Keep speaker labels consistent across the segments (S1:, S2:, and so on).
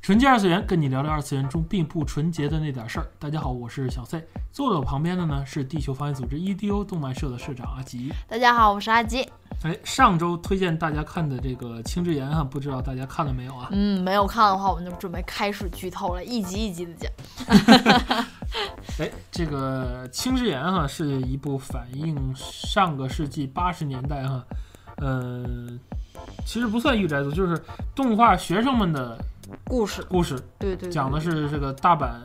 S1: 纯洁二次元，跟你聊聊二次元中并不纯洁的那点事儿。大家好，我是小 C，坐在我旁边的呢是地球防卫组织 EDO 动漫社的社长阿吉。
S2: 大家好，我是阿吉。
S1: 哎，上周推荐大家看的这个《青之盐》哈，不知道大家看了没有啊？
S2: 嗯，没有看的话，我们就准备开始剧透了，一集一集的讲。
S1: 哎，这个《青之盐》哈，是一部反映上个世纪八十年代哈，呃，其实不算御宅族，就是动画学生们的
S2: 故事，
S1: 故事，
S2: 对对对
S1: 讲的是这个大阪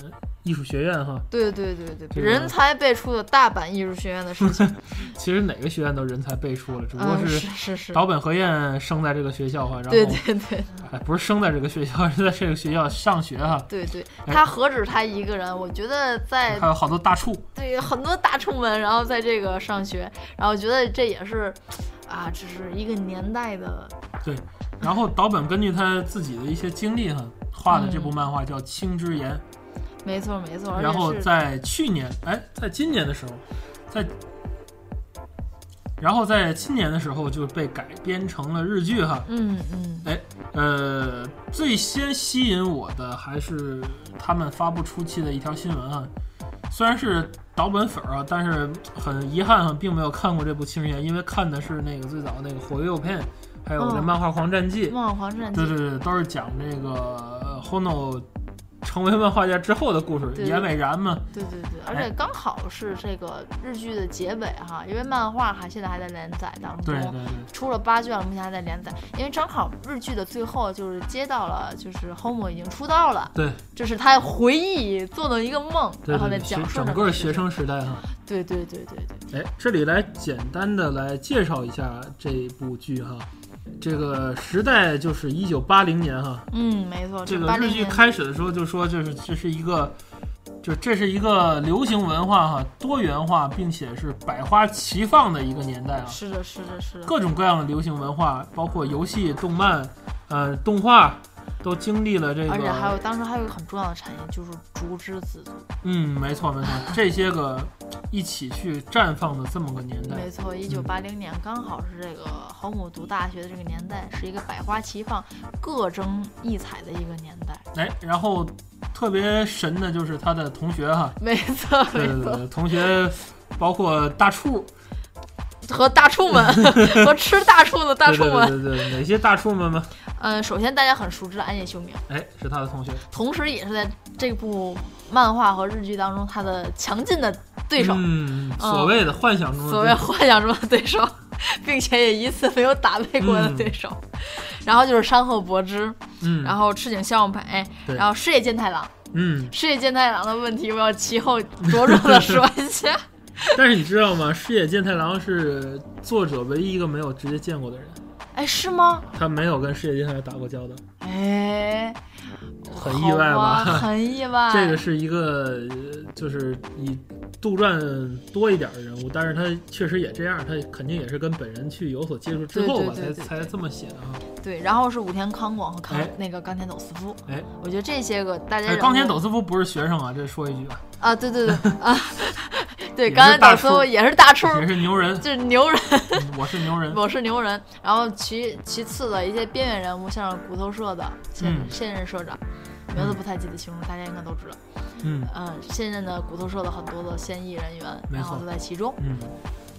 S1: 艺术学院哈。
S2: 对对对对
S1: 这个
S2: 对，人才辈出的大阪艺术学院的事 情。
S1: 其实哪个学院都人才辈出了，只不过
S2: 嗯，是
S1: 是
S2: 是是，
S1: 岛本和彦生在这个学校哈，然后
S2: 对对对
S1: 哎，不是生在这个学校， 是在这个学校上学哈。
S2: 对对，
S1: 哎
S2: 他何止他一个人？我觉得在
S1: 还有好多大处，
S2: 对很多大众们，然后在这个上学，然后觉得这也是啊，只是一个年代的
S1: 对。然后岛本根据他自己的一些经历哈，画的这
S2: 嗯
S1: 部漫画叫《青之盐》，
S2: 没错没错，而且
S1: 然后
S2: 哦是
S1: 在去年，哎，在今年的时候，在，然后在今年的时候就被改编成了日剧哈。
S2: 嗯嗯
S1: 呃，最先吸引我的还是他们发布初期的一条新闻啊，虽然是岛本粉儿啊，但是很遗憾哈，啊并没有看过这部《青之盐》，因为看的是那个最早那个《火月右片》，还有这《
S2: 哦
S1: 漫画狂战记》
S2: 《梦幻黄战记
S1: 对》对对，都是讲这个呃 Hono 成为漫画家之后的故事，
S2: 对
S1: 野美然嘛，
S2: 对对对，而
S1: 哎
S2: 且刚好是这个日剧的结尾哈，因为漫画还现在还在连载当
S1: 对对
S2: 中，
S1: 对。
S2: 出了八卷，目前还在连载。因为正好日剧的最后就是接到了，就是 Homo 已经出道了，
S1: 对，
S2: 这是他回忆做的一个梦，
S1: 对
S2: 然后
S1: 对
S2: 再
S1: 对，学
S2: 讲述
S1: 整
S2: 的
S1: 个学，生时代哈、啊
S2: 对对对对对，
S1: 哎，这里来简单的来介绍一下这部剧哈，这个时代就是一九八零年哈，
S2: 嗯，没错，
S1: 这个
S2: 八
S1: 日
S2: 零
S1: 剧
S2: 年，
S1: 开始的时候就说这是这是一个，就这是一个流行文化哈多元化并且是百花齐放的一个年代啊，
S2: 是的，是的，是的，
S1: 各种各样的流行文化，包括游戏、动漫、呃动画，都经历了这个，
S2: 而且还有当时还有一个很重要的产业就是竹之子族，
S1: 嗯，没错没错，这些个一起去绽放的这么个年代，
S2: 没错，一九八零年刚好是这个侯姆读大学的这个年代，是一个百花齐放、各争异彩的一个年代。
S1: 哎，然后特别神的就是他的同学哈，
S2: 没错，
S1: 对
S2: 没
S1: 对
S2: 错，
S1: 对，同学包括大处，
S2: 和大 畜们，和吃大畜的大畜
S1: 对
S2: 们。
S1: 对对对对，哪些大处们吗？
S2: 嗯，首先大家很熟知的暗夜秀明，
S1: 哎，是他的同学
S2: 同时也是在这部漫画和日剧当中他的强劲的对手，
S1: 嗯，
S2: 嗯
S1: 所谓的幻想中的
S2: 所谓幻想中的对手，并且也一次没有打败过的对手。然后就是山贺博之，
S1: 嗯，
S2: 然
S1: 后
S2: 后赤井孝美，
S1: 对
S2: 然后矢野健太郎。
S1: 嗯，
S2: 世界健太郎的问题，我要其后着重的说一 下。
S1: 但是你知道吗？矢野健太郎是作者唯一一个没有直接见过的人，
S2: 哎，是吗？
S1: 他没有跟矢野健太郎打过交道，
S2: 哎，
S1: 很意外吧
S2: 好啊很意外。
S1: 这个是一个呃就是以杜撰多一点的人物，但是他确实也这样，他肯定也是跟本人去有所接触之后吧，
S2: 对对对对
S1: 才才
S2: 对
S1: 这么写的啊。
S2: 对，然后是武田康广和康、
S1: 哎
S2: 那个冈田斗司夫。
S1: 哎，
S2: 我觉得这些个大家
S1: 哎，
S2: 人物
S1: 冈田斗司夫不是学生啊，这说一句啊，
S2: 啊，对对对 啊，
S1: 也
S2: 对，
S1: 是
S2: 冈田
S1: 大
S2: 斗司夫
S1: 叔
S2: 也是 大叔，
S1: 也是牛人，
S2: 就是牛人，
S1: 嗯我是牛人。
S2: 我是牛人。然后其其次的一些边缘人物，像是骨头社的现、
S1: 嗯
S2: 现任社长，
S1: 嗯
S2: 名字不太记得清楚，大家应该都知道。
S1: 嗯
S2: 嗯，现任的骨头社的很多的现役人员，
S1: 没
S2: 然后
S1: 错
S2: 都在其中。
S1: 嗯，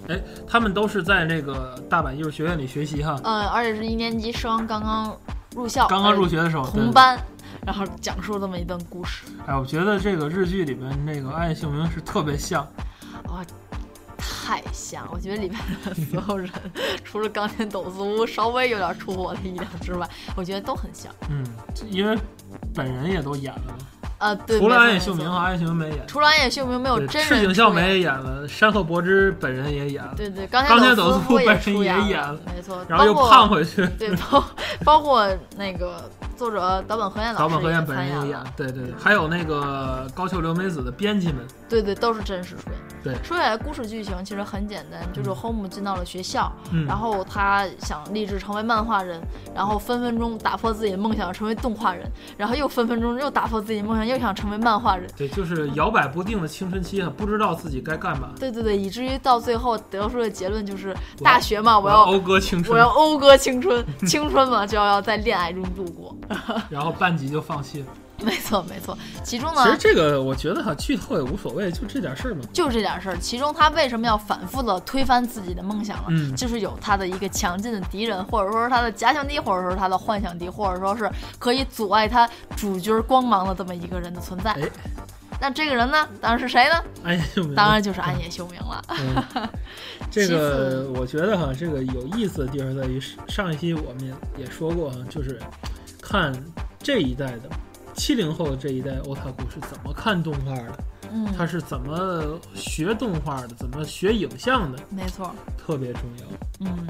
S1: 哎，他们都是在这个大阪艺术学院里学习哈，
S2: 嗯，而且是一年级生，刚刚入校，
S1: 刚刚入
S2: 呃
S1: 学的时候，对
S2: 同。班，然后讲述这么一段故事，
S1: 对哎，我觉得这个日剧里面那个暗夜秀明是特别像，
S2: 太像。我觉得里面的所有人，除了钢铁斗司夫稍微有点出乎我的意料之外，我觉得都很像。
S1: 嗯，因为本人也都演了嘛。
S2: 啊，对，
S1: 除了
S2: 没错
S1: 安野秀明，和
S2: 没错
S1: 安野秀明没演，
S2: 除了安野秀明没有
S1: 对
S2: 真
S1: 赤
S2: 人
S1: 井孝
S2: 出演
S1: 美也演了，山贺博之本人也演了，
S2: 对对，刚才
S1: 刚才
S2: 走
S1: 走
S2: 私
S1: 私
S2: 夫
S1: 夫本身
S2: 出
S1: 也
S2: 演
S1: 演
S2: 了
S1: 了，
S2: 没错，
S1: 然后又
S2: 包括
S1: 胖回去，
S2: 对，包包括那个作者岛本和彦老
S1: 岛
S2: 师
S1: 本和
S2: 也
S1: 彦本
S2: 参
S1: 人也
S2: 演
S1: 演
S2: 了，，
S1: 对对对，还有那个高桥留美子的编辑们，
S2: 对对，都是真实出演。
S1: 对
S2: 说起来故事剧情其实很简单，就是
S1: 嗯
S2: Home 进到了学校，
S1: 嗯，
S2: 然后他想立志成为漫画人，然后分分钟打破自己的梦想成为动画人，然后又分分钟又打破自己的梦想，又想成为漫画人。
S1: 对，就是摇摆不定的青春期，不知道自己该干嘛。
S2: 对对对，以至于到最后得出的结论就是，
S1: 我
S2: 大学嘛，我
S1: 要
S2: 要
S1: 讴歌青
S2: 我
S1: 春
S2: 要，讴歌青春， 青春嘛就要在恋爱中度过。
S1: 然后半集就放弃了。
S2: 没错没错，其中
S1: 其实
S2: 呢
S1: 这个我觉得哈，剧透也无所谓，就这点事儿嘛。
S2: 就这点事儿，其中他为什么要反复的推翻自己的梦想呢？
S1: 嗯
S2: 就是有他的一个强劲的敌人，或者说是他的假想敌，或者说是他的幻想敌，或者说是可以阻碍他主角光芒的这么一个人的存在。
S1: 哎
S2: 那这个人呢，当然是谁呢？
S1: 安野秀明，
S2: 当然就是安野秀 明了。
S1: 嗯，这
S2: 其
S1: 个
S2: 次
S1: 我觉得哈，这个有意思的地方在于，上一期我们也也说过哈，就是看这一代的七零后这一代欧塔古是怎么看动画的，
S2: 嗯，
S1: 他是怎么学动画的，怎么学影像的，
S2: 没错。
S1: 特别重要。
S2: 嗯，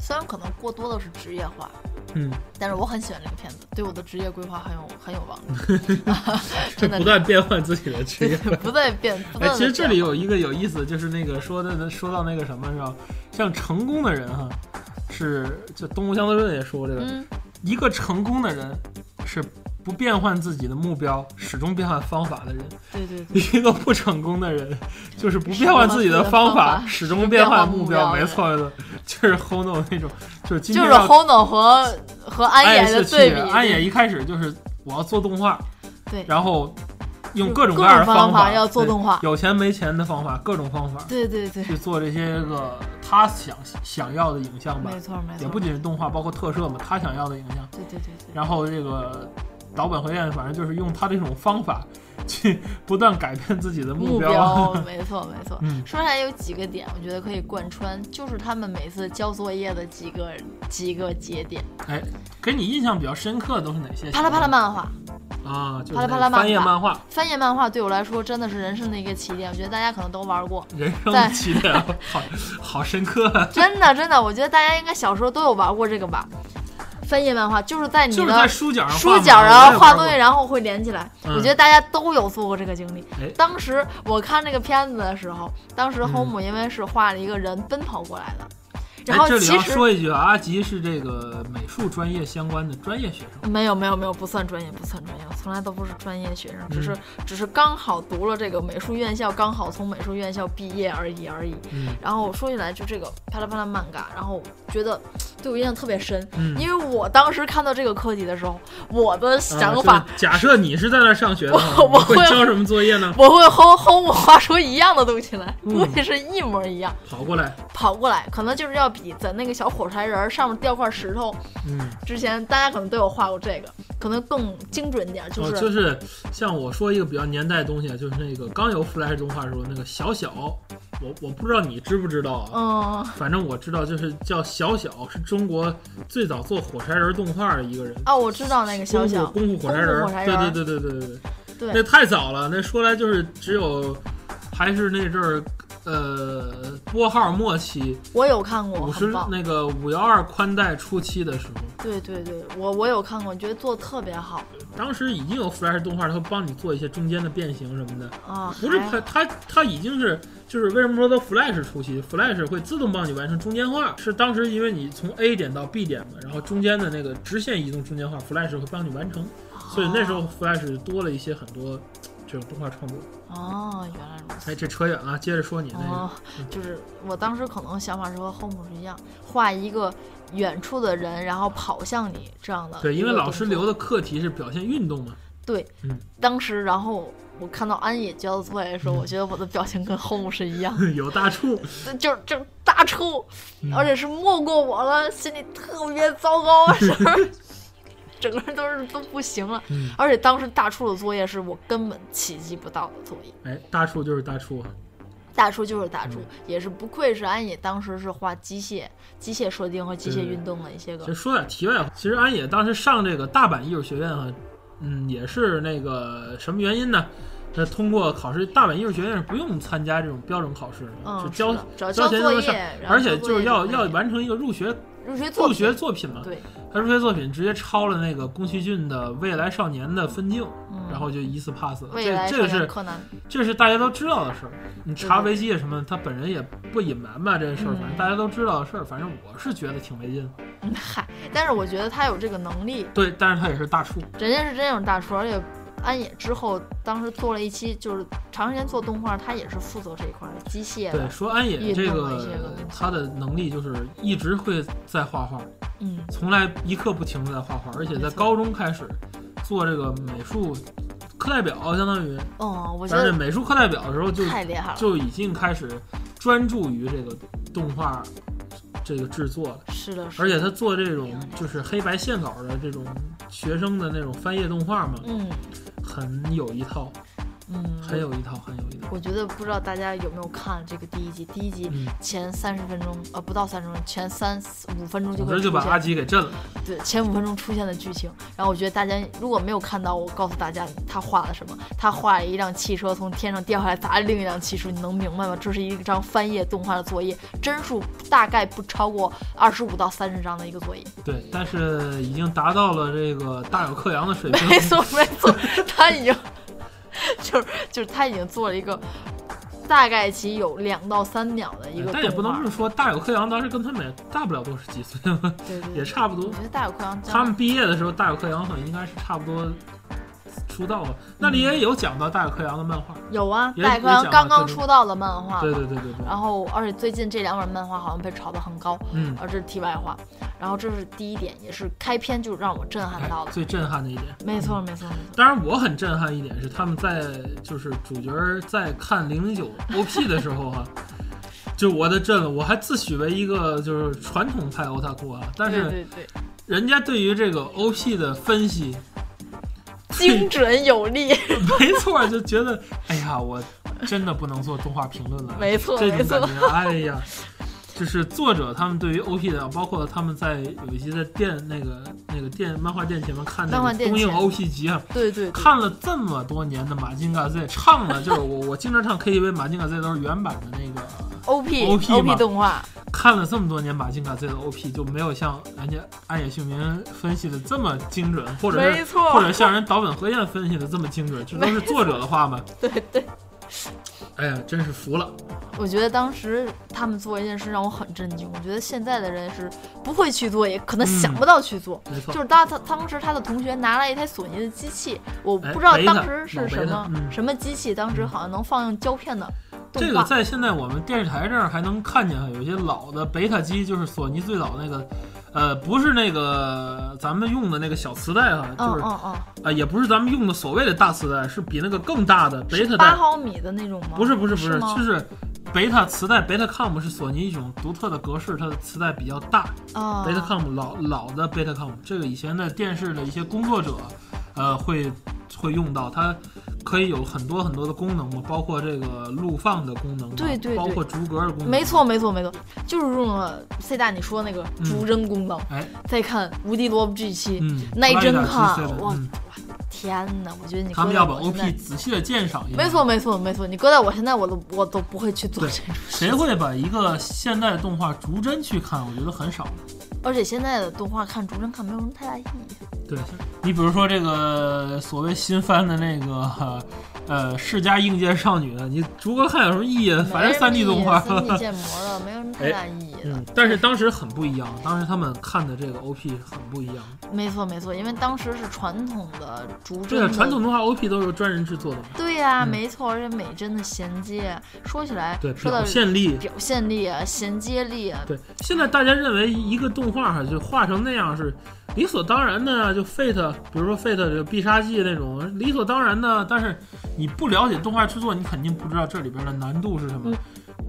S2: 虽然可能过多的是职业化，
S1: 嗯，
S2: 但是我很喜欢这个片子，对我的职业规划很有很有帮助。
S1: 这
S2: 真的
S1: 不断变换自己的职业。
S2: 不再变，不
S1: 啊哎，
S2: 断地
S1: 其实这里
S2: 变
S1: 有一个有意思，就是那个说的说到那个什么是吧？像成功的人哈，是就东吴相对论也说过这个，
S2: 嗯，
S1: 一个成功的人是不变换自己的目标，始终变换方法的人；
S2: 对对对。
S1: 一个不成功的人就是不变换自己的方法，始
S2: 始
S1: 终
S2: 终
S1: 变
S2: 变
S1: 换
S2: 换
S1: 目
S2: 目
S1: 标。
S2: 标
S1: 没错的，就是 Hono 那种，就是今
S2: 就
S1: 天
S2: 是
S1: 要
S2: Hono 和和安
S1: 安
S2: 野
S1: 野
S2: 的
S1: 是
S2: 对
S1: 去
S2: 比，
S1: 安野一开始就是我要做动画，
S2: 对
S1: 然后用各种
S2: 各
S1: 各样的
S2: 种方
S1: 法
S2: 要做
S1: 对
S2: 动画
S1: 有钱没钱的方法，各种方法
S2: 对对对，
S1: 去做这些个他想想要的影像吧
S2: 没，错没
S1: 也
S2: 错
S1: 不，仅是动画，包括特摄嘛，他想要的影像。
S2: 对对对对，
S1: 然后这个岛本和彦反正就是用他这种方法去 不断改变自己的目
S2: 目
S1: 标。
S2: 标没错没错。
S1: 嗯，
S2: 说起来有几个点，我觉得可以贯穿，就是他们每次交作业的几个几个节点，
S1: 哎，给你印象比较深刻的都是哪些？
S2: 啪啦啪啦漫画，
S1: 啊，就是
S2: 啪啦啪
S1: 那
S2: 啦
S1: 个
S2: 漫
S1: 翻页
S2: 画
S1: 漫画，
S2: 翻页漫画对我来说真的是人生的一个起点，我觉得大家可能都玩过，
S1: 人生
S2: 在
S1: 起点，好好深刻啊。
S2: 真的真的，我觉得大家应该小时候都有玩过这个吧。翻页漫画就是在你
S1: 就是
S2: 的
S1: 在书角上画
S2: 书
S1: 嘛
S2: 角
S1: 我也
S2: 然后画
S1: 玩过
S2: 东西，然后会连起来。
S1: 嗯
S2: 我觉得大家都有做过这个经历
S1: 哎。
S2: 当时我看这个片子的时候，当时
S1: 嗯
S2: home 因为是画了一个人奔跑过来的，然
S1: 哎
S2: 后
S1: 这里
S2: 其
S1: 要
S2: 实
S1: 说一句啊，阿吉是这个美术专业相关的专业学生。
S2: 没有没有没有不算专业不算专业，我从来都不是专业学生，只是
S1: 嗯
S2: 只是刚好读了这个美术院校，刚好从美术院校毕业而已而已。
S1: 嗯
S2: 然后说起来就这个啪啦啪啦漫嘎，然后觉得对我印象特别深，
S1: 嗯，
S2: 因为我当时看到这个课题的时候，我的想法、
S1: 啊就是假设你是在那儿上学的话，
S2: 我我
S1: 你会
S2: 会
S1: 交什么作业呢？
S2: 我会轰轰我画出一样的东西来，
S1: 嗯
S2: 估计是一模一样。
S1: 跑过来，
S2: 跑过来，可能就是要比在那个小火柴人儿上面掉块石头
S1: 嗯，
S2: 之前，大家可能都有画过这个，可能更精准点，就
S1: 哦，
S2: 是、
S1: 就是像我说一个比较年代的东西，啊就是那个刚有 Flash 动画的时候，那个小小，我我不知道你知不知道啊，
S2: 嗯
S1: 反正我知道，就是叫小小，是中国最早做火柴人动画的一个人。
S2: 啊，我知道那个小小
S1: 功夫功夫火柴人，
S2: 功夫火柴
S1: 对
S2: 人
S1: 对对
S2: 儿
S1: 对对对对，
S2: 对
S1: 那太早了，那说来就是只有，还是那阵儿，呃，拨号末期，
S2: 我有看过，
S1: 五十
S2: 很棒。
S1: 那个五幺二宽带初期的时候，
S2: 对对对，我我有看过，觉得做的特别好
S1: 当时已经有 Flash 动画，它会帮你做一些中间的变形什么的。
S2: 啊，
S1: 不是
S2: 还
S1: 它，它它已经是，就是为什么说它 Flash 初期，Flash 会自动帮你完成中间化，是当时因为你从 A 点到 B 点嘛，然后中间的那个直线移动中间化，Flash 会帮你完成，所以那时候 Flash 多了一些很多这种动画创作。
S2: 哦，原来如此。
S1: 哎，这扯远了，接着说你那个，
S2: 哦，就是我当时可能想法是和 home 是一样，画一个远处的人，然后跑向你这样的。
S1: 对，因为老师留的课题是表现运动嘛，
S2: 对，
S1: 嗯
S2: 当时然后我看到安野交作业的时候，我觉得我的表情跟 home 是一样，
S1: 有大触，
S2: 就就就大出，
S1: 嗯
S2: 而且是没过我了，心里特别糟糕，啊 是不是整个人都是都不行了。
S1: 嗯
S2: 而且当时大出的作业是我根本企及不到的作业，
S1: 哎，大触就是大触啊，
S2: 大叔就是大叔，
S1: 嗯
S2: 也是不愧是安野当时是画机械、机械设定和机械
S1: 对对对
S2: 运动的一些个
S1: 其实说点题外话，其实安野当时上这个大阪艺术学院啊，嗯，也是那个什么原因呢？那通过考试，大阪艺术学院是不用参加这种标准考试的，
S2: 嗯，
S1: 就是交
S2: 的只要
S1: 交钱就
S2: 作
S1: 能
S2: 业
S1: 上，，
S2: 然后
S1: 而且
S2: 交
S1: 就
S2: 作
S1: 是
S2: 业
S1: 要
S2: 可以
S1: 要完成一个入学
S2: 入学作
S1: 入学
S2: 品
S1: 作品嘛。
S2: 对，
S1: 他入学作品直接抄了那个宫崎骏的《未来少年》的分镜，
S2: 嗯
S1: 然后就一次 pass 了。
S2: 未
S1: 这
S2: 来
S1: 这个
S2: 少年
S1: 是
S2: 柯南，
S1: 这是大家都知道的事儿，你查
S2: 对对
S1: 维基啊什么，他本人也不隐瞒吧这个事儿，
S2: 嗯
S1: 反正大家都知道的事儿，反正我是觉得挺没劲的。
S2: 嗯嗨，但是我觉得他有这个能力，
S1: 对，但是他也是大叔，
S2: 人家是真有大厨，而且安野之后当时做了一期，就是长时间做动画，他也是负责这一块儿机械
S1: 对，
S2: 的，
S1: 说安野
S2: 运
S1: 这
S2: 动
S1: 个
S2: 的一些个东西
S1: 他的能力就是一直会在画画，
S2: 嗯，
S1: 从来一刻不停的在画画，而且
S2: 没
S1: 在
S2: 错
S1: 高中开始做这个美术课代表，相当于，
S2: 哦，我觉
S1: 而且
S2: 得
S1: 美术课代表的时候就
S2: 太厉害了，
S1: 就已经开始专注于这个动画这个制作了。
S2: 是的，是
S1: 而
S2: 的，
S1: 且他做这种就是黑白线稿的这种学生的那种翻页动画嘛，
S2: 嗯
S1: 很有一套，
S2: 嗯，
S1: 很有一套，很有一套。
S2: 我觉得不知道大家有没有看这个第一集，第一集
S1: 嗯，
S2: 前三十分钟，呃，不到三十分钟，前三四五分钟就
S1: 总
S2: 会
S1: 之就
S2: 出
S1: 把阿
S2: 现，
S1: 吉给震了。
S2: 对，前五分钟出现的剧情。然后我觉得大家如果没有看到，我告诉大家他画了什么，他画了一辆汽车从天上掉下来砸另一辆汽车，你能明白吗？这是一张翻页动画的作业，帧数大概不超过二十五到三十张的一个作业。
S1: 对，但是已经达到了这个大有克洋的水 平。
S2: 没错没错，他已经就是就是他已经做了一个大概其有两到三秒的一个动画，
S1: 哎但也不能这么说，大有克洋当时跟他们也大不了多少几岁嘛，
S2: 对对
S1: 也
S2: 对。
S1: 差不
S2: 我
S1: 多
S2: 觉。得大有克洋将来
S1: 他们毕业的时候，大有克洋好像应该是差不多出道吧。
S2: 嗯
S1: 那里也有讲到大有克洋的漫画。
S2: 有啊，
S1: 也
S2: 戴
S1: 也
S2: 克洋
S1: 讲
S2: 刚
S1: 了
S2: 刚
S1: 各种
S2: 出道的漫画，
S1: 对对对对对，
S2: 然后而且最近这两本漫画好像被炒得很高，
S1: 嗯，
S2: 啊，这是题外话。然后这是第一点，也是开篇就让我震撼到了。
S1: 哎最震撼的一点。
S2: 没错，没错，没错。
S1: 当然，我很震撼一点是，他们在就是主角在看零零九 OP 的时候 哈、就我的震了，我还自诩为一个就是传统派 otaku 啊，但是
S2: 对对，
S1: 人家对于这个 OP 的分析，
S2: 精准有 力，
S1: 没错，就觉得哎呀，我真的不能做动画评论了，
S2: 没错，
S1: 这
S2: 没
S1: 种感
S2: 错。
S1: 觉，哎呀，就是作者他们对于 OP 的，包括他们在有一些在店那个那个店漫画店前面看那
S2: 漫画
S1: 个
S2: 店
S1: 东映
S2: 前
S1: OP 集啊，
S2: 对对，对
S1: 看了这么多年的马金嘎 Z，唱了就是我我经常唱 KTV 马金嘎 Z 都是原版的那个，
S2: OP
S1: OP 嘛
S2: 动画，
S1: 看了这么多年马金嘎 Z 的 OP 就没有像人家暗野秀明分析的这么精准，或者
S2: 没
S1: 是
S2: 错，
S1: 或者像人岛本和彦分析的这么精准，这都是作者的话嘛。
S2: 对对。
S1: 哎呀，真是服了。
S2: 我觉得当时他们做一件事让我很震惊，我觉得现在的人是不会去做，也可能想不到去做。
S1: 没错，
S2: 就是当他当时他的同学拿来一台索尼的机器，我
S1: 哎
S2: 不知道
S1: 贝塔
S2: 当时是什
S1: 老
S2: 么
S1: 贝塔嗯
S2: 什么机器，当时好像能放映胶片的动
S1: 这个
S2: 画。
S1: 在现在我们电视台这儿还能看见啊，有一些老的贝塔机，就是索尼最早那个。呃，不是那个咱们用的那个小磁带哈、
S2: 嗯
S1: 就是
S2: 嗯嗯，
S1: 啊，也不是咱们用的所谓的大磁带，是比那个更大的贝塔
S2: 八
S1: 带。
S2: 毫米的那种吗？
S1: 不是不是不
S2: 是
S1: 是，
S2: 吗
S1: 就是贝塔磁带，贝塔 com 是索尼一种独特的格式，它的磁带比较大。
S2: 啊，
S1: 贝塔 com 老老的贝塔 com，这个以前的电视的一些工作者，呃，会会用到它。可以有很多很多的功能嘛，包括这个录放的功能啊，
S2: 对对对
S1: 包括逐格的功能，
S2: 没。错没错没错，就是用了 C 大你说那个
S1: 嗯
S2: 逐帧功能。
S1: 哎，
S2: 再看《无敌萝卜 G 七》，
S1: 嗯，
S2: 那一帧看
S1: 8.77的
S2: 哇
S1: 嗯
S2: 天哪！我觉得你
S1: 他
S2: 搁
S1: 们
S2: 在
S1: 要把
S2: 我现在
S1: OP，仔细的鉴赏一下。
S2: 没错没错没错，你搁在我现在我都我都不会去做
S1: 对
S2: 这种。
S1: 谁会把一个现代动画逐帧去看？我觉得很少。
S2: 而且现在的动画看逐帧看没有什么太大意义。
S1: 对，你比如说这个所谓新番的那个呃世家应届少女，你逐格看有什么意义？反正三 D 动画。
S2: 三 D 建模的，没有什么太大意义的。
S1: 嗯，但是当时很不一样，当时他们看的这个 OP 很不一样。
S2: 没错没错，因为当时是传统的逐
S1: 这
S2: 帧
S1: 个
S2: 的，
S1: 啊传统动
S2: 嗯
S1: 画 OP 都是由专人制作的嘛，
S2: 对呀、
S1: 嗯
S2: 没错，而且美帧的衔接，说起来，
S1: 对，
S2: 说到
S1: 表现力，
S2: 表现力啊，衔接力啊，
S1: 对。现在大家认为一个动画哈就画成那样是理所当然的啊，就 Fate，比如说 Fate 这个必杀技那种理所当然的，但是你不了解动画制作，你肯定不知道这里边的难度是什么。
S2: 嗯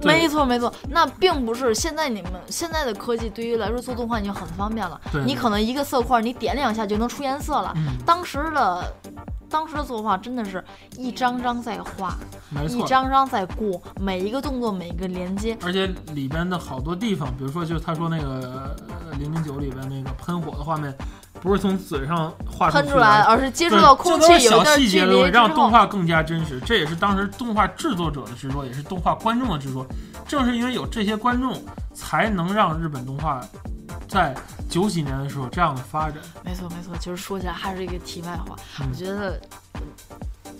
S1: 对
S2: 没错没错，那并不是现在你们现在的科技对于来说做动画已经很方便了，
S1: 对
S2: 你可能一个色块你点两下就能出颜色了。
S1: 嗯，
S2: 当时的当时的作画真的是一张张在画，
S1: 没
S2: 一
S1: 错。
S2: 张张在过，每一个动作每一个连接，
S1: 而且里呃边的好多地方，比如说就是他说那个零零九里边那个喷火的画面，不是从嘴上画
S2: 喷
S1: 出
S2: 出来，而是接触到空气
S1: 这都是
S2: 有一
S1: 小
S2: 段
S1: 细
S2: 距
S1: 节
S2: 离
S1: 的，
S2: 之
S1: 让动
S2: 后，
S1: 画更加真实。这也是当时动画制作者的执着，也是动画观众的执着。正是因为有这些观众，才能让日本动画在九几年的时候这样的发展。
S2: 没错没错，就是说起来还是一个题外话。
S1: 嗯
S2: 我觉得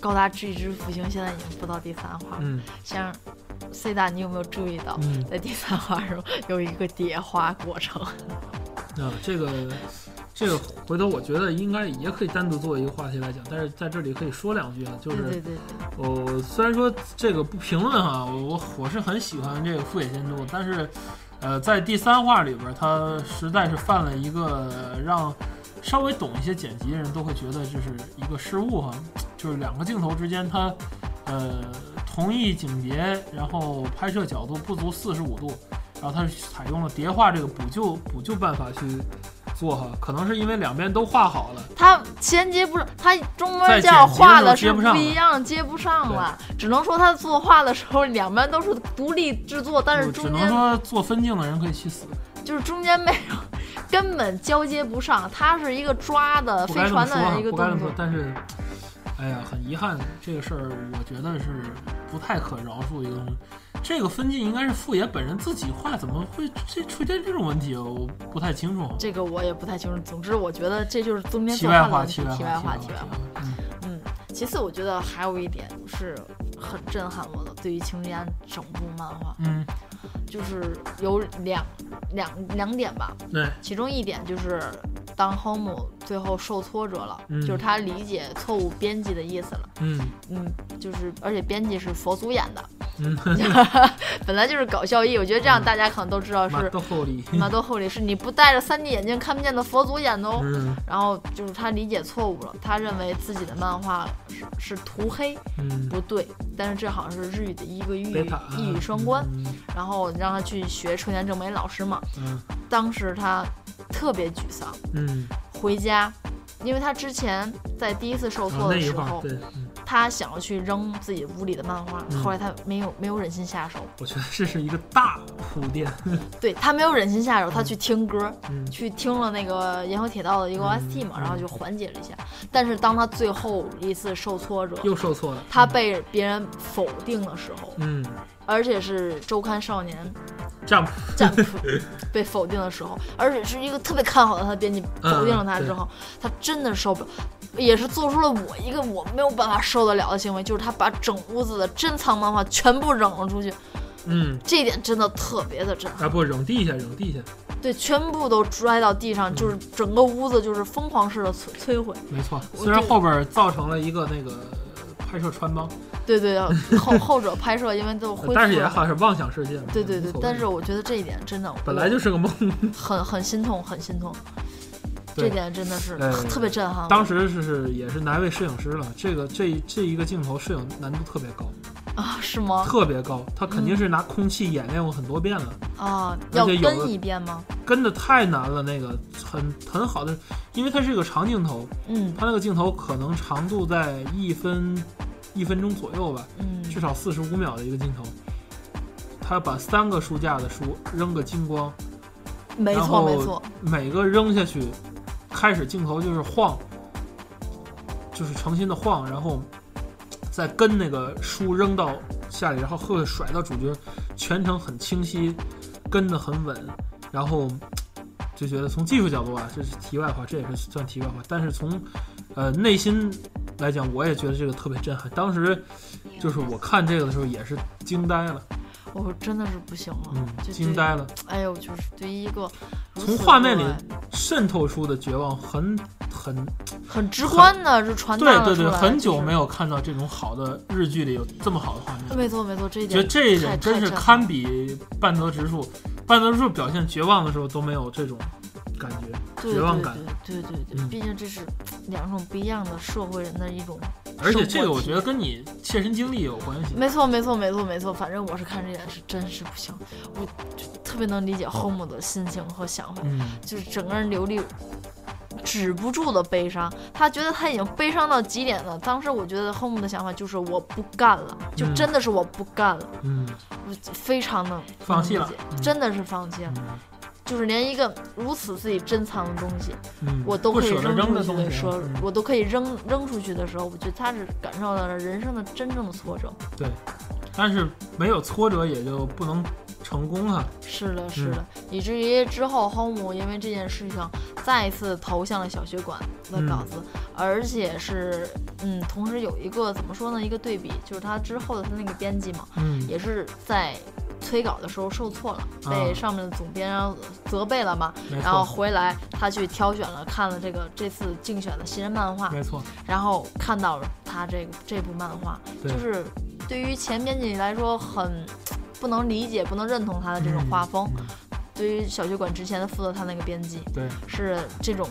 S2: 《高达巨之复兴》现在已经播到第三话了，
S1: 嗯
S2: 像 C 大，你有没有注意到？
S1: 嗯，
S2: 在第三话中有一个叠花过程，
S1: 那、啊这个这个回头我觉得应该也可以单独作为一个话题来讲，但是在这里可以说两句啊，就
S2: 对
S1: 是
S2: 对对对，
S1: 我呃虽然说这个不评论哈，我我我是很喜欢这个富野监督，但是，呃，在第三话里边儿，他实在是犯了一个让稍微懂一些剪辑的人都会觉得这是一个失误哈，就是两个镜头之间他，呃，同一景别，然后拍摄角度不足四十五度，然后他是采用了叠画这个补救补救办法去做哈，可能是因为两边都画好了。
S2: 它衔接不上，它中
S1: 在
S2: 间叫
S1: 剪辑
S2: 画
S1: 的时候接
S2: 的是
S1: 不上
S2: 不
S1: 了
S2: 一样，接不上了。只能说它作画的时候两边都是独立制作，但是
S1: 我只
S2: 中
S1: 能
S2: 间
S1: 说做分镜的人可以去死。
S2: 就是中间没有，根本交接不上。它是一个抓的
S1: 不
S2: 呃飞
S1: 该这么
S2: 船
S1: 说啊
S2: 的一个
S1: 不该这
S2: 动
S1: 么
S2: 作
S1: 说，。但是，哎呀，很遗憾，这个事儿我觉得是不太可饶恕的一个东西。这个分镜应该是傅野本人自己画，怎么会这出现这种问题啊？我不太清楚。
S2: 这个我也不太清楚。总之，我觉得这就是中间
S1: 题
S2: 作
S1: 外
S2: 画的
S1: 话，
S2: 问题
S1: 题。外
S2: 题外
S1: 话，
S2: 话，题外话。
S1: 话。嗯
S2: 嗯，其次我觉得还有一点是很震撼我的，对于《青之安》整部漫画，
S1: 嗯，
S2: 就是有两两两点吧。
S1: 嗯对，
S2: 其中一点就是，当 Homo 最后受挫折了，
S1: 嗯
S2: 就是他理解错误编辑的意思了。
S1: 嗯
S2: 嗯，就是而且编辑是佛祖演的，
S1: 嗯，
S2: 本来就是搞笑艺，我觉得这样
S1: 嗯
S2: 大家可能都知道
S1: 马
S2: 是
S1: 豆后里，
S2: 马豆后里是你不戴着 3D 眼镜看不见的佛祖演的哦。
S1: 嗯
S2: 然后就是他理解错误了，他认为自己的漫画是是涂黑
S1: 嗯，
S2: 不对，但是这好像是日语的一个一
S1: 北
S2: 语
S1: 塔
S2: 一语双关。
S1: 嗯
S2: 然后让他去学春田正美老师嘛，
S1: 嗯
S2: 当时他特别沮丧，
S1: 嗯，
S2: 回家，因为他之前在第一次受
S1: 啊
S2: 挫
S1: 那
S2: 的
S1: 一
S2: 时
S1: 块
S2: 候，
S1: 儿，对，嗯
S2: 他想要去扔自己屋里的漫画，
S1: 嗯
S2: 后来他没有没有忍心下手，
S1: 我觉得这是一个大铺垫。
S2: 对他没有忍心下手，他去听歌，
S1: 嗯
S2: 去听了那个沿河铁道的一个 OST 嘛，
S1: 嗯
S2: 然后就缓解了一下。但是当他最后一次受挫折，
S1: 又受挫了。
S2: 他被别人否定的时候，
S1: 嗯，
S2: 而且是周刊少年
S1: 这样，
S2: 占卜被否定的时候，而且是一个特别看好的他的编辑否定了他之后，他真的受不了，也是做出了我一个我没有办法受得了的行为，就是他把整屋子的珍藏漫画全部扔了出去，
S1: 嗯，
S2: 这一点真的特别的震撼。
S1: 啊不，扔地下，扔地下，
S2: 对，全部都摔到地上，
S1: 嗯
S2: 就是整个屋子就是疯狂式的摧摧毁。
S1: 没错。
S2: 我
S1: 虽然
S2: 这
S1: 后边儿造成了一个那个拍摄穿帮，
S2: 对对，后后者拍摄因为都恢复
S1: 但是也
S2: 了。
S1: 好像是妄想世界嘛。
S2: 对
S1: 也
S2: 对
S1: 无
S2: 对
S1: 所，谓
S2: 但是我嗯觉得这一点真的
S1: 本来就是个梦。
S2: 很很心痛，很心痛，
S1: 对
S2: 这点真的是
S1: 呃
S2: 特别震撼我。
S1: 当时是是也是难为摄影师了，这个这这一个镜头摄影难度特别高，
S2: 啊，是吗？
S1: 特别高，他肯
S2: 嗯
S1: 定是拿空气演练过很多遍了，
S2: 啊，
S1: 而
S2: 要
S1: 且有
S2: 跟
S1: 的
S2: 一遍吗？
S1: 跟的太难了。那个很很好的，因为它是个长镜头，
S2: 嗯
S1: 它那个镜头可能长度在一分一分钟左右吧。至
S2: 嗯，
S1: 少四十五秒的一个镜头，他把三个书架的书扔个精光，
S2: 没
S1: 然
S2: 错
S1: 后
S2: 没错，
S1: 每个扔下去，开始镜头就是晃，就是诚心的晃，然后再跟那个书扔到下里，然后会甩到主角，全程很清晰，跟得很稳，然后就觉得从技术角度啊，这是题外话，这也是算题外话，但是从呃内心来讲，我也觉得这个特别震撼。当时就是我看这个的时候也是惊呆了，
S2: 我真的是不行了，
S1: 嗯，
S2: 就
S1: 惊呆了。
S2: 哎呦，就是对于一个如
S1: 从
S2: 此
S1: 画面里
S2: 热爱
S1: 渗透出的绝望很很
S2: 很直观的就传达
S1: 对
S2: 了
S1: 对
S2: 出
S1: 对，
S2: 来，
S1: 很久没
S2: 有。
S1: 有看到这种好的日剧里有这么好的画面，
S2: 没错没错，这一
S1: 觉得
S2: 点
S1: 这一
S2: 太
S1: 点
S2: 太
S1: 真是
S2: 震
S1: 堪比半泽直树。半泽直树表现绝望的时候都没有这种感觉，
S2: 对
S1: 绝望感。
S2: 对对对对对，
S1: 嗯
S2: 毕竟这是两种不一样的社会人的一种。
S1: 而且这个我觉得跟你切身经历有关系。
S2: 没错没错没错没错，反正我是看这点是真是不行，我就特别能理解 home 的心情和想法。
S1: 嗯，
S2: 就是整个人流利止不住的悲伤，他觉得他已经悲伤到极点了。当时我觉得 home 的想法就是我不干了，就
S1: 嗯
S2: 真的是我不干了，
S1: 嗯
S2: 我非常的
S1: 放弃了，
S2: 真的是放弃了。
S1: 嗯
S2: 就是连一个如此自己珍藏的东西，
S1: 嗯，
S2: 我都
S1: 不
S2: 可以
S1: 舍得
S2: 扔
S1: 扔
S2: 出
S1: 的东西
S2: 去的
S1: 啊，
S2: 时候
S1: 嗯，
S2: 我都可以扔扔出去的时候，我觉得他是感受到了人生的真正的挫折。
S1: 但是没有挫折也就不能成功啊。
S2: 是的，是的，以至于之后 Homo 因为这件事情再次投向了小学馆的
S1: 嗯
S2: 稿子，而且是嗯，同时有一个怎么说呢，一个对比，就是他之后的他那个编辑嘛，
S1: 嗯，
S2: 也是在催稿的时候受挫了，
S1: 啊
S2: 被上面的总编责备了嘛，
S1: 没
S2: 然后
S1: 错，
S2: 回来他去挑选了看了这个这次竞选的新人漫画，
S1: 没错，
S2: 然后看到了他这个这部漫画，
S1: 对
S2: 就是对于前编辑来说很不能理解、不能认同他的这种画风。
S1: 嗯
S2: 对于小学馆之前的负责他那个编辑
S1: 对，
S2: 是这种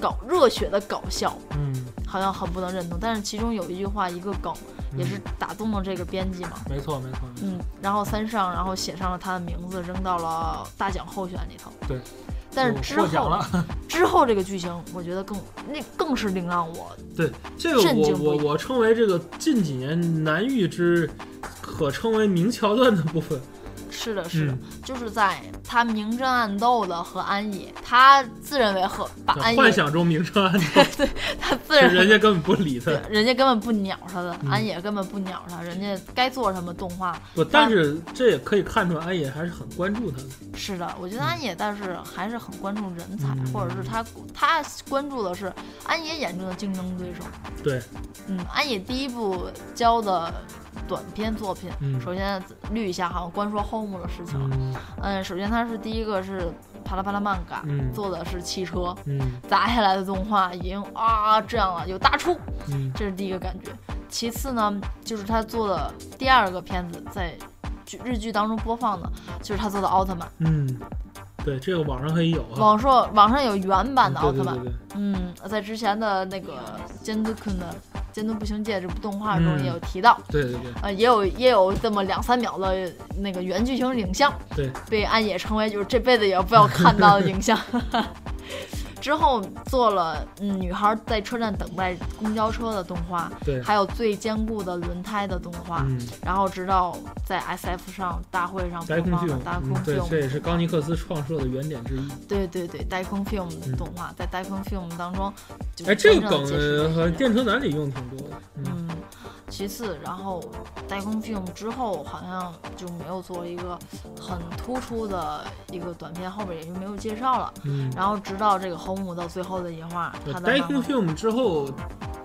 S2: 搞热血的搞笑，
S1: 嗯，
S2: 好像很不能认同。但是其中有一句话一个梗
S1: 嗯
S2: 也是打动了这个编辑嘛。
S1: 没错，没错，没错
S2: 嗯，然后三上，然后写上了他的名字，扔到了大奖候选里头。
S1: 对，
S2: 但是
S1: 我
S2: 之
S1: 获奖
S2: 后
S1: 了。
S2: 之后这个剧情，我觉得更那更是令让我
S1: 对，这个
S2: 震
S1: 我
S2: 惊不
S1: 我
S2: 已
S1: 我称为这个近几年难遇之，可称为名桥段的部分。
S2: 是的，是的，
S1: 嗯，
S2: 就是在他明争暗斗的和安野，他自认为和把安
S1: 啊幻
S2: 野，
S1: 想中名 车案，
S2: 他自认为
S1: 人家根本不理他。
S2: 人家根本不鸟他的，
S1: 嗯
S2: 安野根本不鸟他，人家该做什么动画。
S1: 不，但是这也可以看出安野还是很关注他的。
S2: 是的，我觉得安野但是还是很关注人才，
S1: 嗯
S2: 或者是他他关注的是安野眼中的竞争对手。
S1: 对，
S2: 嗯，安野第一部教的短篇作品，
S1: 嗯
S2: 首先捋一下，好像光说 home 的事情了。
S1: 嗯
S2: 嗯，首先他是第一个是帕拉帕拉漫嘎，
S1: 嗯
S2: 做的是汽车，
S1: 嗯
S2: 砸下来的动画已经啊这样了，有大出，
S1: 嗯
S2: 这是第一个感觉。其次呢，就是他做的第二个片子，在剧日剧当中播放的，就是他做的奥特曼。
S1: 嗯，对，这个网上可以有啊。
S2: 网上网上有原版的奥特曼，
S1: 对对对对
S2: 嗯，在之前的那个《监督坤的监督步行界》这部动画中
S1: 嗯
S2: 也有提到，
S1: 对对对，
S2: 呃，也有也有这么两三秒的那个原剧情影像，
S1: 对，
S2: 被安野称为就是这辈子也不要看到的影像。 之后做了嗯，女孩在车站等待公交车的动画，
S1: 对
S2: 还有最坚固的轮胎的动画，
S1: 嗯，
S2: 然后直到在 S F 上大会上播
S1: 白空
S2: 放的
S1: film，
S2: 大空
S1: 嗯，对，
S2: film，、
S1: 这也是高尼克斯创设的原点之一。
S2: 对对对，呆空 film 的动画、在呆空 film 当中，就
S1: 嗯
S2: 是
S1: 哎，这
S2: 真
S1: 个
S2: 正地
S1: 梗
S2: 解释了
S1: 呃
S2: 一
S1: 和
S2: 些
S1: 电车男里用挺多的。嗯
S2: 嗯，其次，然后代工 film 之后好像就没有做一个很突出的一个短片，后边也就没有介绍了。
S1: 嗯，
S2: 然后直到这个 home 到最后的一话，他的
S1: 呆
S2: 漫
S1: 空
S2: 画
S1: film 之后，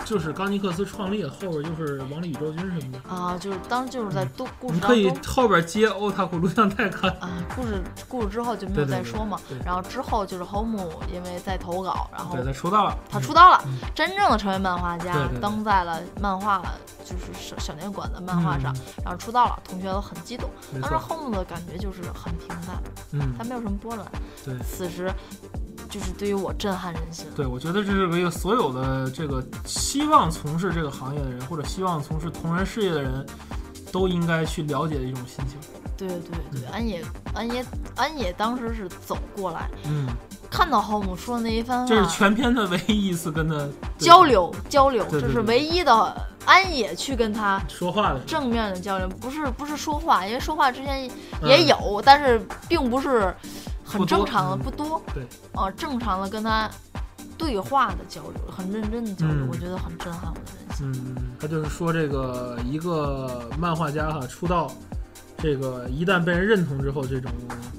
S1: 就是高尼克斯创立了，后边就是王力宇宙军什么的。
S2: 啊，就是当就是在都故
S1: 嗯你
S2: 事
S1: 可
S2: 当
S1: 以
S2: 中。
S1: 后边接欧塔库录像带看。
S2: 啊，故事故事之后就没有
S1: 对对
S2: 再
S1: 对
S2: 说嘛。
S1: 对
S2: 然后之后就是 home 因为在投稿，然后
S1: 对，他出道了。
S2: 他出道了，
S1: 嗯
S2: 真正的成为漫画家，
S1: 对对对
S2: 登在了漫画就是小小年馆的漫画上，然后出道了，同学都很激动。
S1: 嗯嗯，没
S2: 当时
S1: 错。
S2: home 的感觉就是很平淡，
S1: 嗯
S2: 它，没有什么波澜。
S1: 对
S2: 此时就是对于我震撼人心。
S1: 对，我觉得这是为所有的这个希望从事这个行业的人，或者希望从事同人事业的人，都应该去了解的一种心情。
S2: 对对对
S1: 嗯
S2: 安野安野安野当时是走过来，
S1: 嗯，
S2: 看到 home 说的那一番
S1: 这是
S2: 话，
S1: 全篇的唯一一次跟他对
S2: 交流交流，
S1: 对对
S2: 这是
S1: 对
S2: 唯一的安野去跟他。
S1: 说话的时候，
S2: 正面的交流不是不是说话，因为说话之前
S1: 嗯
S2: 也有，但是并不是很
S1: 不多
S2: 正常的，
S1: 嗯
S2: 不多。
S1: 对，
S2: 呃，正常的跟他对话的交流，很认真的交流，
S1: 嗯
S2: 我觉得很震撼我的人心。
S1: 嗯，他就是说这个一个漫画家哈出道，这个一旦被人认同之后，这种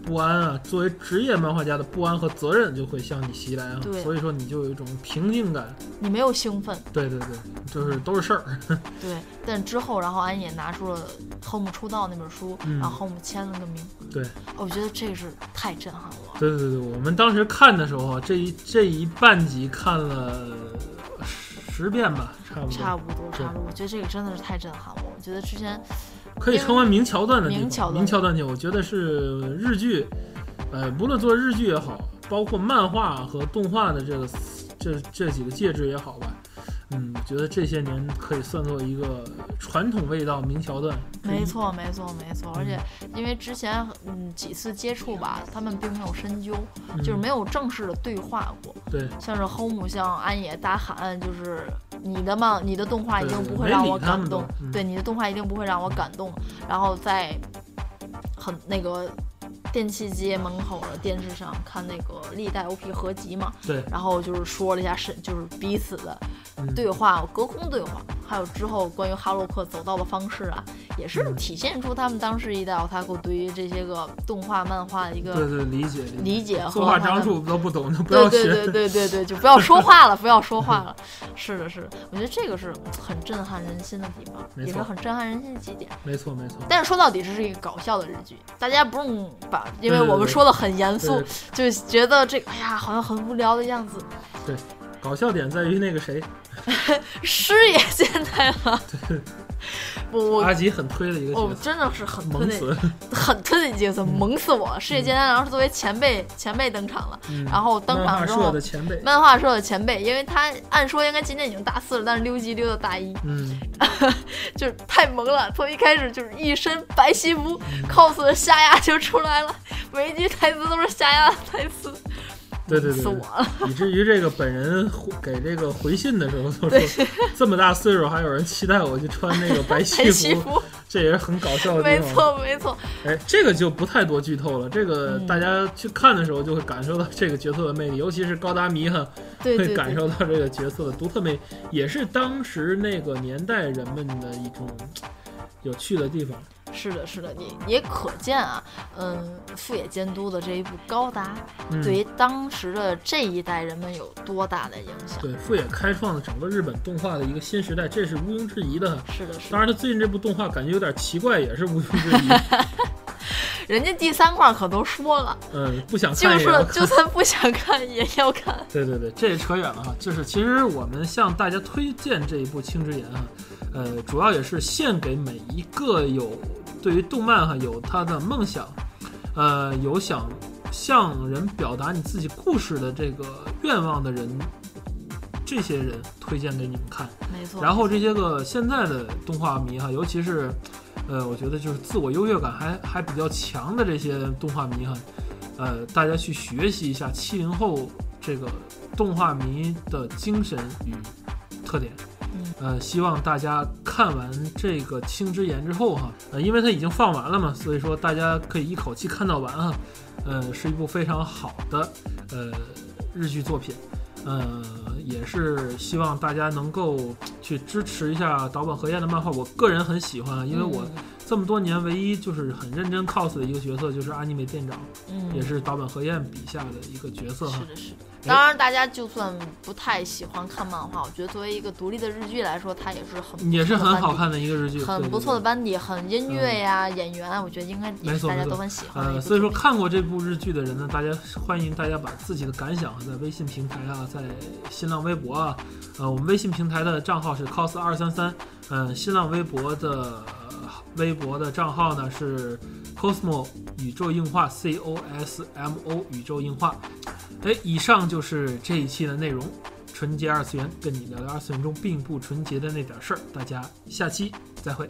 S1: 不安啊，作为职业漫画家的不安和责任就会向你袭来啊
S2: 对，
S1: 所以说你就有一种平静感。
S2: 你没有兴奋，
S1: 对对对，就是都是事儿。
S2: 对，但之后，然后安野拿出了 Home 出道那本书，
S1: 嗯
S2: 然后 Home 签了个名。
S1: 对
S2: 哦，我觉得这是太震撼我了。
S1: 对对对，我们当时看的时候啊，这一这一半集看了十遍吧，差不多，
S2: 差不多，
S1: 嗯对
S2: 差不多。我觉得这个真的是太震撼我。我觉得之前
S1: 可以称为名桥段的地
S2: 名桥
S1: 方。
S2: 段
S1: 名桥段地方，我觉得是日剧，呃，无论做日剧也好，包括漫画和动画的这个这这几个介质也好吧，嗯，我觉得这些年可以算作一个传统味道名桥段。
S2: 没，错，没错，没错。而且因为之前嗯几次接触吧，他们并没有深究，
S1: 嗯、
S2: 就是没有正式的对话过。
S1: 对。
S2: 像是 Home 向安野大喊，就是你的漫、你的动画一定
S1: 对
S2: 不会
S1: 没
S2: 让
S1: 理
S2: 我
S1: 他
S2: 感
S1: 们都
S2: 动，
S1: 嗯
S2: 对，你的动画一定不会让我感动。然后在很那个电器街门口的电视上看那个历代 OP 合集嘛，
S1: 对，
S2: 然后就是说了一下是就是彼此的
S1: 嗯
S2: 对话，隔空对话，还有之后关于哈洛克走道的方式啊，也是
S1: 嗯
S2: 体现出他们当时一代 otaku 对于这些个动画漫画的一
S1: 对
S2: 个
S1: 对，理解理解。
S2: 理解和
S1: 作画
S2: 他们
S1: 章数都不懂的，不
S2: 对
S1: 要
S2: 对
S1: 学
S2: 对。对对对，就不要说话了，不要说话 了。是的，是的，我觉得这个是很震撼人心的地方，
S1: 没
S2: 也是
S1: 错
S2: 很震撼人心的几点。
S1: 没错没错。
S2: 但是说到底，这是一个搞笑的日剧，大家不用把，因为
S1: 对对
S2: 我们
S1: 对
S2: 说的很严肃
S1: 对，
S2: 就觉得这个哎呀，好像很无聊的样子。
S1: 搞笑点在于那个谁，
S2: 师爷现在了， 我我
S1: 阿吉很推的一个
S2: 我
S1: 角色，
S2: 真的是很推
S1: 萌
S2: 那
S1: 啊死。嗯
S2: 很推那角色，萌死我了。师爷今天然后是作为前辈前辈登场了，
S1: 嗯
S2: 然后登
S1: 漫
S2: 场
S1: 画
S2: 之
S1: 社
S2: 后
S1: 的。前辈，
S2: 漫画社的前辈，因为他按说应该今年已经大四了，但是溜级溜到大一，
S1: 嗯，
S2: 就是太萌了。从一开始就是一身白西服，cos 的夏亚就出来了，每一句台词都是夏亚的台词，
S1: 对对
S2: 死
S1: 对
S2: 我
S1: 对，
S2: 了。
S1: 以至于这个本人回给这个回信的时候都说，这么大岁数还有人期待我去穿那个白
S2: 白
S1: 西
S2: 西
S1: 服，
S2: 服，
S1: 这也是很搞笑的
S2: 没
S1: 地方。
S2: 错没错，
S1: 哎，这个就不太多剧透了，这个
S2: 嗯
S1: 大家去看的时候就会感受到这个角色的魅力，尤其是高达迷哈
S2: 对
S1: 会
S2: 对
S1: 感
S2: 对，
S1: 受到这个角色的独特魅力，也是当时那个年代人们的一种有趣的地方。
S2: 是的，是的，你也可见啊，嗯，富野监督的这一部《高达》
S1: 嗯，
S2: 对于当时的这一代人们有多大的影响？
S1: 对，富野开创了整个日本动画的一个新时代，这是毋庸置疑的。
S2: 是的，是
S1: 当然，
S2: 的，
S1: 他最近这部动画感觉有点奇怪，也是毋庸置疑。
S2: 人家第三话可都说了，
S1: 嗯，不想
S2: 就
S1: 看也
S2: 是
S1: 要看。
S2: 就算不想看也要看。
S1: 对对对，这也扯远了哈。就是其实我们向大家推荐这一部《青之盐》哈，呃，主要也是献给每一个有对于动漫哈有他的梦想，呃，有想向人表达你自己故事的这个愿望的人，这些人推荐给你们看。
S2: 没错，
S1: 然后这些个现在的动画迷哈，尤其是，呃，我觉得就是自我优越感还还比较强的这些动画迷哈，呃，大家去学习一下七零后这个动画迷的精神与特点。
S2: 嗯
S1: 呃，希望大家看完这个《青之盐》之后哈，呃，因为它已经放完了嘛，所以说大家可以一口气看到完哈。呃，是一部非常好的呃日剧作品。呃，也是希望大家能够去支持一下岛本和彦的漫画。我个人很喜欢，啊因为
S2: 嗯
S1: 我这么多年唯一就是很认真 cos 的一个角色就是阿尼美店长，
S2: 嗯，嗯
S1: 也是嗯哎岛本和彦笔下的一个角色哈
S2: 是。的，是的。当然，大家就算不太喜欢看漫画，我觉得作为一个独立的日剧来说，它也是很
S1: 也是很好
S2: 看。
S1: 看的一个日剧，
S2: 很
S1: 对
S2: 不错的。
S1: 对对嗯
S2: 班底，很音乐呀、演员啊，我觉得应该也
S1: 没
S2: 是
S1: 错
S2: 大家
S1: 没
S2: 都
S1: 错
S2: 很喜欢的一
S1: 呃，
S2: 部作品。
S1: 所以说看过这部日剧的人呢，大家欢迎大家把自己的感想在微信平台啊，在新浪微博啊，呃，我们微信平台的账号是 cos 二三三，嗯，新浪微博的、呃微博的账号呢是 cosmo 宇宙硬化 c o s m o 宇宙硬化。哎，以上就是这一期的内容，纯洁二次元，跟你聊聊二次元中并不纯洁的那点事儿。大家下期再会，